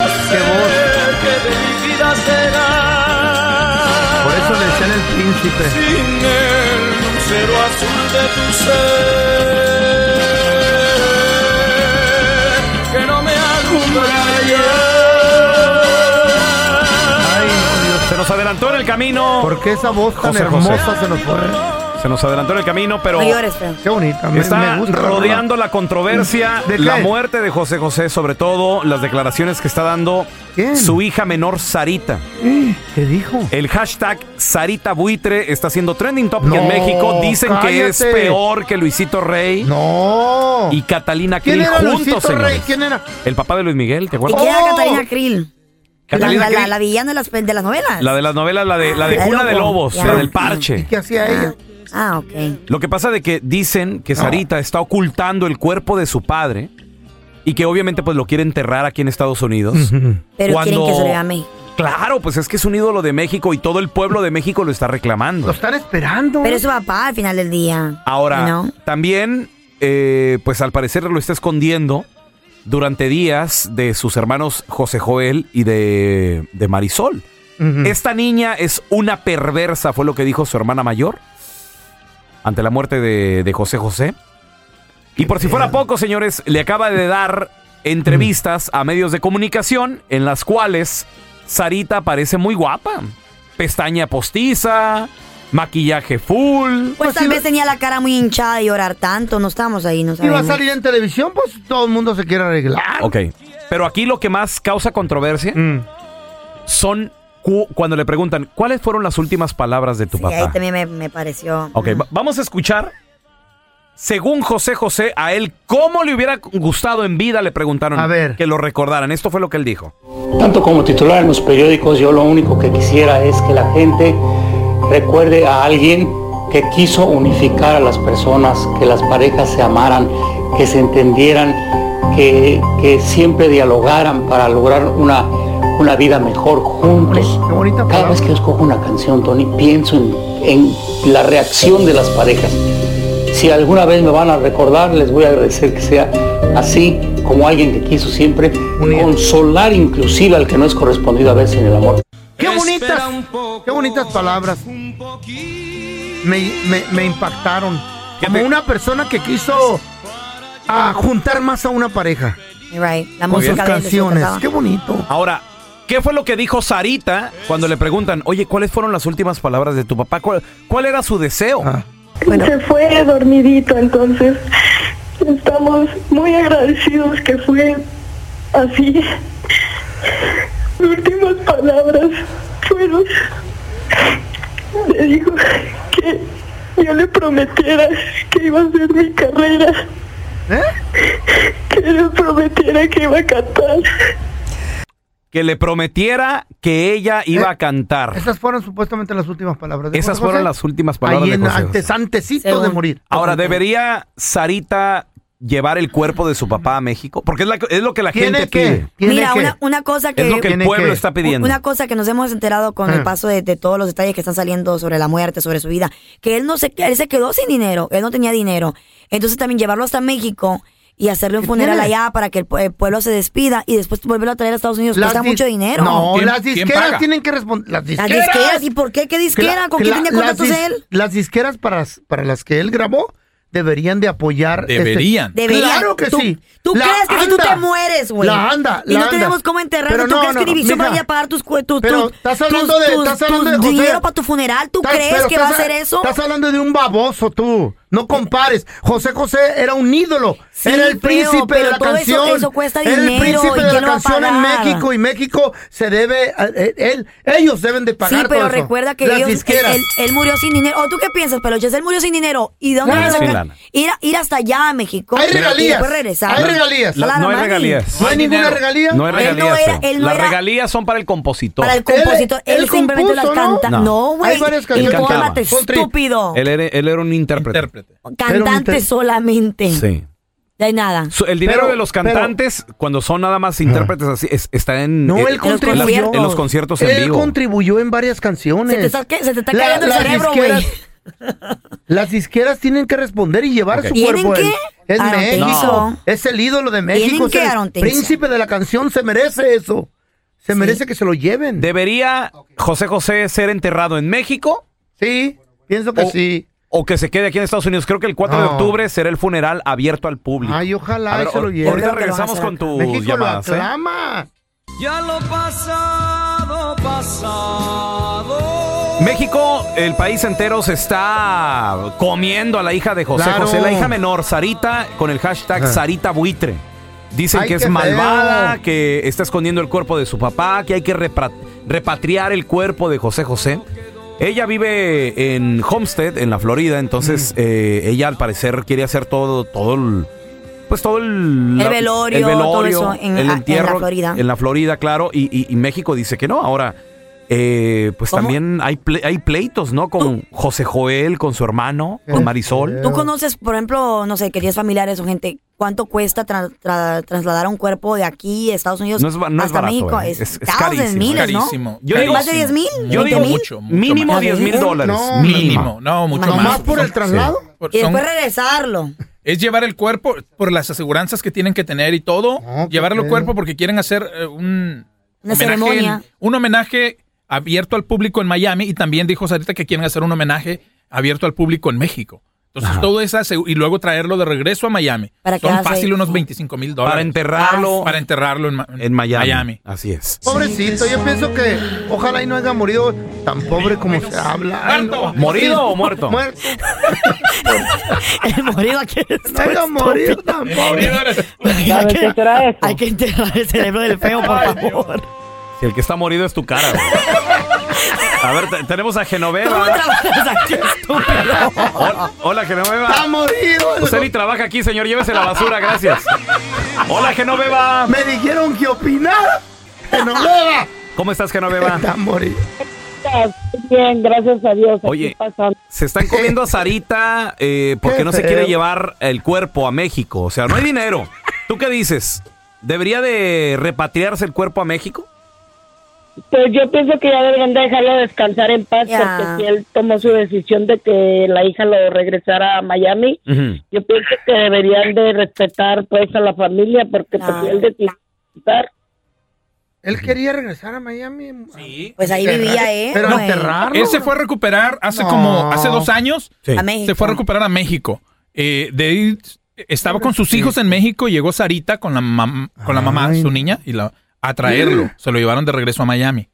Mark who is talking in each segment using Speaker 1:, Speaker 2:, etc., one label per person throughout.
Speaker 1: qué voz.
Speaker 2: que de mi vida será.
Speaker 1: Por eso le decían el príncipe.
Speaker 2: Sin el lucero azul de tu ser, que no me alumbra ayer.
Speaker 3: Ay, Dios. Se nos adelantó en el camino.
Speaker 1: ¿Por qué esa voz tan
Speaker 3: José,
Speaker 1: hermosa
Speaker 3: José.
Speaker 1: se nos fue?
Speaker 3: Se nos adelantó en el camino, pero
Speaker 4: No llores, feo.
Speaker 1: Qué bonita. me-
Speaker 3: está
Speaker 1: me gusta, Mm,
Speaker 3: rodeando la controversia,
Speaker 1: ¿De qué?
Speaker 3: la muerte de José José, sobre todo las declaraciones que está dando
Speaker 1: ¿Quién?
Speaker 3: su hija menor Sarita.
Speaker 1: Lola. ¿Qué dijo?
Speaker 3: El hashtag Sarita Buitre está siendo trending topic
Speaker 1: No,
Speaker 3: en México. Dicen que es
Speaker 1: cállate.
Speaker 3: peor que Luisito Rey
Speaker 1: No.
Speaker 3: y Catalina
Speaker 1: ¿Quién
Speaker 3: Krill
Speaker 1: era
Speaker 3: juntos,
Speaker 1: Luisito Rey?
Speaker 3: señores.
Speaker 1: ¿Quién era?
Speaker 3: El papá de Luis Miguel, ¿te
Speaker 4: ¿Y
Speaker 3: acuerdas?
Speaker 4: quién era
Speaker 1: ¡Oh!
Speaker 4: Catalina Krill? La,
Speaker 3: Catalina
Speaker 4: la- la-
Speaker 3: Krill.
Speaker 4: la villana de las, de las novelas.
Speaker 3: La de las novelas, la de la de
Speaker 4: La de
Speaker 3: Cuna de
Speaker 4: Lobo.
Speaker 3: Lobos,
Speaker 4: Ya.
Speaker 3: la del
Speaker 1: ¿Y
Speaker 3: parche.
Speaker 1: qué hacía ella?
Speaker 4: Ah, ok.
Speaker 3: Lo que pasa de que dicen que Sarita está ocultando el cuerpo de su padre y que obviamente pues lo quiere enterrar aquí en Estados Unidos.
Speaker 4: Pero quieren
Speaker 3: Cuando-
Speaker 4: que se lo llame.
Speaker 3: Claro, pues es que es un ídolo de México y todo el pueblo de México lo está
Speaker 1: Lo
Speaker 3: reclamando.
Speaker 1: están esperando.
Speaker 4: Pero es su papá al final del día.
Speaker 3: Ahora,
Speaker 4: ¿no?
Speaker 3: también, eh, pues al parecer lo está escondiendo durante días de sus hermanos José Joel y de, de Marisol.
Speaker 1: Ujú.
Speaker 3: Esta niña es una perversa, fue lo que dijo su hermana mayor ante la muerte de, de José José. Y por si fuera poco, señores, le acaba de dar entrevistas a medios de comunicación en las cuales Sarita parece muy guapa. Pestaña postiza, maquillaje full.
Speaker 4: Pues,
Speaker 1: Pues
Speaker 4: tal
Speaker 1: iba-
Speaker 4: vez tenía la cara muy hinchada de llorar tanto. No estábamos ahí, no
Speaker 1: Y va a
Speaker 4: sabemos.
Speaker 1: salir en televisión, pues todo el mundo se quiere arreglar.
Speaker 3: Ok. Pero aquí lo que más causa controversia
Speaker 1: Mm.
Speaker 3: son cu- cuando le preguntan, ¿cuáles fueron las últimas palabras de tu
Speaker 4: Sí,
Speaker 3: papá?
Speaker 4: ahí también me, me pareció.
Speaker 3: Ok, va- vamos a escuchar. Según José José, a él, ¿cómo le hubiera gustado en vida? Le preguntaron
Speaker 1: A ver.
Speaker 3: que lo recordaran. Esto fue lo que él dijo.
Speaker 5: Tanto como titular en los periódicos, yo lo único que quisiera es que la gente recuerde a alguien que quiso unificar a las personas, que las parejas se amaran, que se entendieran, que, que siempre dialogaran para lograr una, una vida mejor juntos.
Speaker 1: Qué bonita
Speaker 5: Cada
Speaker 1: palabra.
Speaker 5: vez que escojo una canción, Tony, pienso en, en la reacción de las parejas. Si alguna vez me van a recordar, les voy a agradecer que sea así, como alguien que quiso siempre
Speaker 1: Unir.
Speaker 5: consolar inclusive al que no es correspondido a veces en el amor.
Speaker 1: Qué bonitas, qué bonitas palabras. Me, me- me impactaron.
Speaker 3: ¿Qué
Speaker 1: Como
Speaker 3: te-
Speaker 1: una persona que quiso ah, juntar más a una pareja
Speaker 4: Right. La
Speaker 1: con sus
Speaker 4: música de ellos, sí,
Speaker 1: canciones.
Speaker 4: cantaba.
Speaker 1: Qué bonito.
Speaker 3: Ahora, ¿qué fue lo que dijo Sarita cuando le preguntan, oye, ¿cuáles fueron las últimas palabras de tu papá? ¿Cuál, cuál era su deseo?
Speaker 1: Ah.
Speaker 6: Se fue dormidito, entonces estamos muy agradecidos que fue así. Mis últimas palabras fueron, le dijo que yo le prometiera que iba a hacer mi carrera,
Speaker 1: ¿Eh?
Speaker 6: que le prometiera que iba a cantar.
Speaker 3: Que le prometiera que ella iba a cantar.
Speaker 1: Esas fueron supuestamente las últimas palabras. de Eh,
Speaker 3: Esas
Speaker 1: José
Speaker 3: fueron
Speaker 1: José.
Speaker 3: las últimas palabras
Speaker 1: Ahí
Speaker 3: de
Speaker 1: en-
Speaker 3: José
Speaker 1: antes,
Speaker 3: José.
Speaker 1: antesito
Speaker 4: Según.
Speaker 1: de morir.
Speaker 3: Ahora, ¿debería Sarita llevar el cuerpo de su papá a México? Porque es, la- es lo que la gente
Speaker 1: Tiene que,
Speaker 3: pide.
Speaker 1: tiene
Speaker 4: Mira,
Speaker 1: que.
Speaker 4: una, una cosa que.
Speaker 3: Es lo que el
Speaker 1: Tiene
Speaker 3: pueblo
Speaker 1: que-
Speaker 3: está pidiendo.
Speaker 4: Una cosa que nos hemos enterado con
Speaker 1: Ah.
Speaker 4: el paso de, de todos los detalles que están saliendo sobre la muerte, sobre su vida, que él no se, él se quedó sin dinero, él no tenía dinero. Entonces también llevarlo hasta México y hacerle un
Speaker 1: ¿Qué
Speaker 4: funeral
Speaker 1: tiene?
Speaker 4: allá para que el, pue- el pueblo se despida y después volverlo a traer a Estados Unidos
Speaker 1: Las
Speaker 4: cuesta
Speaker 1: dis-
Speaker 4: mucho dinero.
Speaker 1: No,
Speaker 7: ¿Quién-
Speaker 1: las
Speaker 7: quién
Speaker 1: disqueras
Speaker 7: paga?
Speaker 1: tienen que responder. Las
Speaker 4: Las
Speaker 1: disqueras.
Speaker 4: disqueras, ¿y por qué? ¿Qué
Speaker 1: Que la-
Speaker 4: disquera? ¿Con
Speaker 1: que
Speaker 4: quién
Speaker 1: la-
Speaker 4: tiene
Speaker 1: las
Speaker 4: contratos
Speaker 1: dis-
Speaker 4: él?
Speaker 1: Las disqueras para, para las que él grabó deberían de apoyar. este-
Speaker 7: Deberían.
Speaker 4: Debería.
Speaker 1: Claro que
Speaker 4: ¿Tú-
Speaker 1: sí.
Speaker 4: ¿Tú
Speaker 1: La
Speaker 4: crees que si tú
Speaker 1: anda.
Speaker 4: te mueres, güey?
Speaker 1: La anda,
Speaker 4: Y
Speaker 1: la
Speaker 4: no
Speaker 1: anda.
Speaker 4: tenemos cómo enterrarte.
Speaker 1: Pero
Speaker 4: ¿Tú
Speaker 1: no,
Speaker 4: crees
Speaker 1: no,
Speaker 4: que División
Speaker 1: mija.
Speaker 4: vaya a pagar tus cue- tu-
Speaker 1: Pero
Speaker 4: tu-
Speaker 1: estás
Speaker 4: tus-
Speaker 1: hablando de-
Speaker 4: tus-
Speaker 1: estás hablando de
Speaker 4: tus
Speaker 1: José.
Speaker 4: dinero para tu funeral? ¿Tú
Speaker 1: Estás-
Speaker 4: crees
Speaker 1: pero
Speaker 4: que va a
Speaker 1: estás-
Speaker 4: hacer eso? Eh,
Speaker 1: Estás hablando de un baboso, tú. No compares. José José era un ídolo.
Speaker 4: Sí,
Speaker 1: era el
Speaker 4: feo,
Speaker 1: príncipe de
Speaker 4: pero
Speaker 1: la
Speaker 4: todo eso-
Speaker 1: canción.
Speaker 4: eso cuesta
Speaker 1: Era el
Speaker 4: dinero,
Speaker 1: príncipe
Speaker 4: ¿y
Speaker 1: de
Speaker 4: quién
Speaker 1: la
Speaker 4: lo va a
Speaker 1: canción en
Speaker 4: pagar?
Speaker 1: México. Y México se debe. a- eh, él, ellos deben de pagar.
Speaker 4: Sí, pero
Speaker 1: todo eso.
Speaker 4: recuerda que
Speaker 1: las
Speaker 4: ellos-
Speaker 1: disqueras.
Speaker 4: él, él murió sin dinero. ¿O tú qué piensas, Peloches? Él murió sin dinero. ¿Y de dónde
Speaker 1: Claro.
Speaker 4: va a sacar-
Speaker 3: Sin lana.
Speaker 4: Ir, a- ir hasta allá a México.
Speaker 1: Hay
Speaker 4: y
Speaker 1: regalías.
Speaker 4: después regresar.
Speaker 1: Hay regalías.
Speaker 3: La-
Speaker 4: Claro,
Speaker 3: no hay
Speaker 4: mami.
Speaker 3: regalías.
Speaker 1: no hay ninguna
Speaker 7: dinero.
Speaker 1: regalía.
Speaker 3: No hay
Speaker 4: Él no
Speaker 3: regalías.
Speaker 4: era-
Speaker 3: feo.
Speaker 4: él no
Speaker 3: Las
Speaker 4: era-
Speaker 3: regalías son para el compositor.
Speaker 4: Para el compositor. Él,
Speaker 1: él compuso,
Speaker 4: simplemente las
Speaker 1: ¿no?
Speaker 4: canta.
Speaker 3: No.
Speaker 4: No, güey.
Speaker 1: Hay varias canciones.
Speaker 4: Infórmate,
Speaker 1: Él cantaba.
Speaker 4: estúpido.
Speaker 3: Él, era, él era un intérprete.
Speaker 7: Intérprete.
Speaker 1: Era un
Speaker 4: Cantante
Speaker 1: inter-
Speaker 4: solamente.
Speaker 3: Sí.
Speaker 4: De nada.
Speaker 3: Su- el dinero
Speaker 1: Pero-
Speaker 3: de los
Speaker 1: pero-
Speaker 3: cantantes, cuando son nada más intérpretes así, es- está en,
Speaker 1: No,
Speaker 3: eh,
Speaker 1: él
Speaker 3: en las-
Speaker 1: contribuyó.
Speaker 3: en los conciertos en
Speaker 1: Él
Speaker 3: vivo.
Speaker 1: contribuyó en varias canciones.
Speaker 4: Se te está, que- se te está
Speaker 1: La-
Speaker 4: cayendo el
Speaker 1: las
Speaker 4: cerebro,
Speaker 1: disqueras-
Speaker 4: güey.
Speaker 1: Las disqueras tienen que responder y llevar
Speaker 3: Ok.
Speaker 1: su
Speaker 4: ¿Tienen
Speaker 1: cuerpo. a él.
Speaker 4: que?
Speaker 1: Es
Speaker 4: I don't think
Speaker 1: México.
Speaker 4: so.
Speaker 1: Es el ídolo de
Speaker 4: ¿Tienen
Speaker 1: México. es
Speaker 4: que?
Speaker 1: el
Speaker 4: I don't think so.
Speaker 1: príncipe de la canción se merece eso. Se merece que se lo lleven.
Speaker 3: ¿Debería José José ser enterrado en México
Speaker 1: sí, pienso que
Speaker 3: O-
Speaker 1: sí.
Speaker 3: o que se quede aquí en Estados Unidos? Creo que el 4 de
Speaker 1: No.
Speaker 3: octubre será el funeral abierto al público.
Speaker 1: Ay, ojalá
Speaker 3: A ver,
Speaker 1: y se lo
Speaker 3: ahor-
Speaker 1: lleven.
Speaker 3: Ahorita
Speaker 4: Creo que lo van a
Speaker 3: regresamos
Speaker 4: hacer
Speaker 3: con
Speaker 4: acá.
Speaker 3: tus
Speaker 1: México lo
Speaker 3: llamadas. ¿eh?
Speaker 1: aclama.
Speaker 2: Ya lo pasado, pasado.
Speaker 3: México, el país entero se está comiendo a la hija de José
Speaker 1: Claro.
Speaker 3: José, la hija menor, Sarita, con el hashtag
Speaker 1: Ah.
Speaker 3: Sarita Buitre. Dicen
Speaker 1: Ay,
Speaker 3: que
Speaker 1: qué
Speaker 3: es
Speaker 1: feo.
Speaker 3: malvada, que está escondiendo el cuerpo de su papá, que hay que repra- repatriar el cuerpo de José José. Ella vive en Homestead, en la Florida, entonces
Speaker 1: Mm.
Speaker 3: eh, ella al parecer quiere hacer todo, todo el, pues todo el,
Speaker 4: El
Speaker 3: la-
Speaker 4: velorio,
Speaker 3: el velorio,
Speaker 4: todo eso en-
Speaker 3: el
Speaker 4: a- en la
Speaker 3: entierro,
Speaker 4: Florida.
Speaker 3: en la Florida, claro, y, y- y México dice que no. Ahora, eh, pues
Speaker 4: ¿Cómo?
Speaker 3: también hay, ple- hay pleitos, ¿no? Con José Joel, con su hermano, con
Speaker 1: Eh,
Speaker 3: Marisol.
Speaker 4: ¿Tú conoces, por ejemplo, no sé, que 10 familiares o gente, cuánto cuesta tra- tra- trasladar un cuerpo de aquí, Estados Unidos,
Speaker 3: No es ba- no es
Speaker 4: hasta
Speaker 3: barato,
Speaker 4: México?
Speaker 3: eh.
Speaker 4: Es,
Speaker 3: Es- es
Speaker 4: thousands,
Speaker 3: carísimo,
Speaker 4: miles, ¿no?
Speaker 7: Carísimo.
Speaker 3: Yo digo-
Speaker 4: ¿Más de 10 mil?
Speaker 7: Yo
Speaker 4: ¿20
Speaker 7: digo
Speaker 4: mil?
Speaker 7: mucho, mucho
Speaker 3: Mínimo
Speaker 7: más.
Speaker 3: 10 mil
Speaker 4: No,
Speaker 3: dólares.
Speaker 1: no,
Speaker 7: Mínimo, no, mucho
Speaker 4: Nomás
Speaker 7: más.
Speaker 1: ¿Nomás por el
Speaker 7: Sí.
Speaker 1: traslado?
Speaker 7: Por-
Speaker 4: Y
Speaker 7: son-
Speaker 4: después regresarlo.
Speaker 7: es llevar el cuerpo por las aseguranzas que tienen que tener y todo.
Speaker 1: No, qué
Speaker 7: llevarlo el
Speaker 1: pedo.
Speaker 7: cuerpo porque quieren hacer eh, un
Speaker 4: Una
Speaker 7: homenaje en-
Speaker 4: ceremonia.
Speaker 7: un homenaje abierto al público en Miami y también dijo Sarita que quieren hacer un homenaje abierto al público en México. Entonces todo eso y luego traerlo de regreso a Miami.
Speaker 4: Para que
Speaker 7: Son
Speaker 4: haga
Speaker 7: fácil
Speaker 4: seis-
Speaker 7: unos 25 mil
Speaker 3: Para
Speaker 7: dólares Ah,
Speaker 3: enterrarlo
Speaker 7: para enterrarlo en, Ma-
Speaker 3: en Miami. Así es.
Speaker 1: Pobrecito, yo pienso que ojalá y no haya morido tan pobre como se habla. Ay, no.
Speaker 3: ¿Morido o muerto?
Speaker 1: Muerto.
Speaker 4: El morido aquí
Speaker 1: Se haya morido tan pobre.
Speaker 4: hay, que, hay que enterrar el cerebro del feo, por favor.
Speaker 3: Si el que está morido es tu cara. güey. A ver, te- tenemos a
Speaker 4: ¿Cómo
Speaker 3: Genoveva.
Speaker 4: trabajas aquí, estúpido?
Speaker 3: Hol- Hola,
Speaker 1: Está
Speaker 3: Genoveva.
Speaker 1: morido.
Speaker 3: Usted ni trabaja aquí, señor. Llévese la basura, gracias. Hola, Genoveva.
Speaker 1: Me dijeron que opinara. Que no beba.
Speaker 3: ¿Cómo estás, Genoveva?
Speaker 1: Está morido.
Speaker 6: Bien, gracias a Dios. aquí
Speaker 3: Oye.
Speaker 6: pasando.
Speaker 3: Se están comiendo a Sarita eh, porque
Speaker 1: Qué
Speaker 3: no se
Speaker 1: feo.
Speaker 3: quiere llevar el cuerpo a México. O sea, no hay dinero. ¿Tú qué dices? ¿Debería de repatriarse el cuerpo a México?
Speaker 6: Pues yo pienso que ya deberían dejarlo descansar en paz
Speaker 4: Ya.
Speaker 6: porque si él tomó su decisión de que la hija lo regresara a Miami, yo pienso que deberían de respetar pues a la familia porque
Speaker 4: Claro.
Speaker 6: pues, él decidió respetar.
Speaker 1: Él quería regresar a Miami.
Speaker 4: Pues ahí vivía él.
Speaker 1: Pero
Speaker 4: güey.
Speaker 1: enterrarlo.
Speaker 7: Él se fue a recuperar hace
Speaker 1: No.
Speaker 7: como hace dos años.
Speaker 3: Sí.
Speaker 4: A México.
Speaker 7: Se fue a recuperar a México. Eh, de ahí estaba con sus hijos en México, llegó Sarita con la, mam- con la mamá,
Speaker 1: Ay. Mm.
Speaker 7: su niña, y la, a traerlo. Se lo llevaron de regreso a Miami.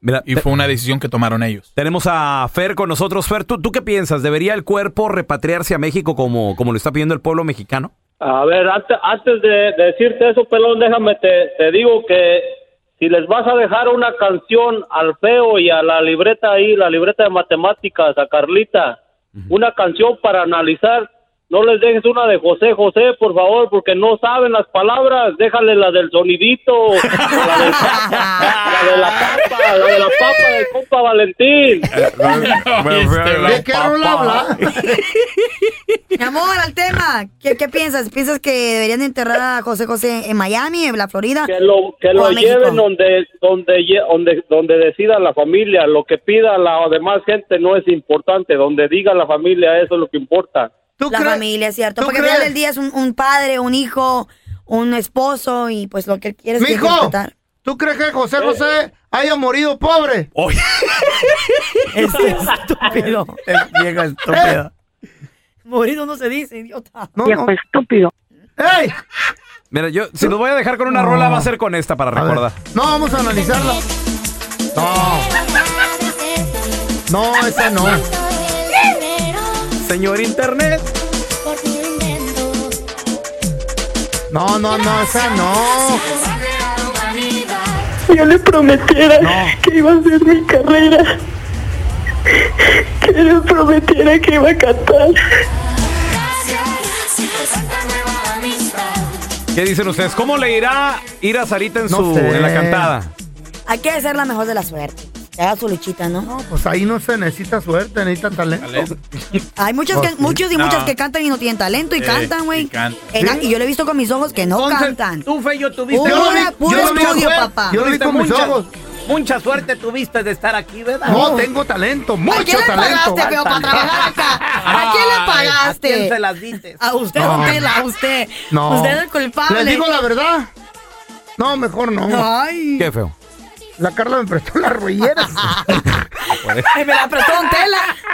Speaker 3: Mira,
Speaker 7: Y
Speaker 3: te-
Speaker 7: fue una decisión que tomaron ellos.
Speaker 3: tenemos a Fer con nosotros. Fer, ¿tú, tú qué piensas? ¿Debería el cuerpo repatriarse a México como, como lo está pidiendo el pueblo mexicano?
Speaker 8: A ver, antes, antes de decirte eso, pelón, déjame te, te digo que si les vas a dejar una canción al feo y a la libreta ahí, la libreta de matemáticas, a Carlita, una canción para analizar, no les dejes una de José José, por favor, porque no saben las palabras, déjale la del sonidito, o la, del papa, la de la papa, la de la papa del compa Valentín.
Speaker 1: ¿De qué rola habla?
Speaker 4: Mi amor, al tema. ¿Qué, qué piensas? ¿Piensas que deberían enterrar a José José en Miami, en la Florida?
Speaker 8: que lo que
Speaker 4: o
Speaker 8: lo
Speaker 4: a México?
Speaker 8: lleven donde donde lle- donde donde decida la familia lo que pida la demás gente no es importante donde diga la familia eso es lo que importa
Speaker 1: ¿Tú
Speaker 4: La
Speaker 1: crees-
Speaker 4: familia, es cierto.
Speaker 1: ¿Tú
Speaker 4: Porque al final
Speaker 1: crees?
Speaker 4: del día es un, un padre, un hijo, un esposo y pues lo que él quiere es que
Speaker 1: Mijo,
Speaker 4: respetar.
Speaker 1: ¿tú crees que José José haya morido pobre?
Speaker 3: Oye,
Speaker 4: Este estúpido.
Speaker 1: Llega estúpida.
Speaker 4: Morido no se dice, idiota.
Speaker 1: Eh, No,
Speaker 6: Viejo
Speaker 1: no.
Speaker 6: pues, estúpido.
Speaker 1: ¡Ey!
Speaker 3: mira, yo si los voy a dejar con una rola, va a ser con esta para
Speaker 1: A ver,
Speaker 3: recordar.
Speaker 1: No, vamos a analizarla. No. No, esa no.
Speaker 3: Señor Internet.
Speaker 1: No, no, no, esa no.
Speaker 6: Yo le prometiera que iba a hacer mi carrera. Que le prometiera que iba a cantar.
Speaker 3: ¿Qué dicen ustedes? ¿Cómo le irá ir a Sarita en,
Speaker 1: No
Speaker 3: su,
Speaker 1: sé.
Speaker 3: en la cantada?
Speaker 4: Hay que hacer la mejor de la suerte. Que haga su luchita, ¿no?
Speaker 1: No, pues ahí no se necesita suerte, necesita talento.
Speaker 4: Hay muchos, que, muchos y
Speaker 7: No.
Speaker 4: muchas que cantan y no tienen talento y
Speaker 7: Eh,
Speaker 4: cantan,
Speaker 7: y
Speaker 4: güey.
Speaker 7: cantan.
Speaker 4: Eh, Y yo lo he visto con mis ojos que no cantan.
Speaker 7: Tú, Feyo,
Speaker 4: tuviste- Pura, puro estudio, papá.
Speaker 1: Yo lo vi con mis ojos.
Speaker 7: Mucha suerte tuviste de estar aquí, ¿verdad?
Speaker 1: No, tengo talento,
Speaker 4: ¿A
Speaker 1: mucho
Speaker 4: quién le
Speaker 1: talento.
Speaker 4: pagaste, feo, para trabajar acá? ¿A quién le pagaste?
Speaker 7: las dices?
Speaker 4: A usted,
Speaker 1: No.
Speaker 4: don Tela, a usted.
Speaker 1: No.
Speaker 4: Usted es el culpable.
Speaker 1: Les digo la verdad. No, mejor no.
Speaker 6: Ay.
Speaker 3: Qué feo.
Speaker 1: La Carla me prestó las rolleras.
Speaker 6: Ay, me la apretó en tela.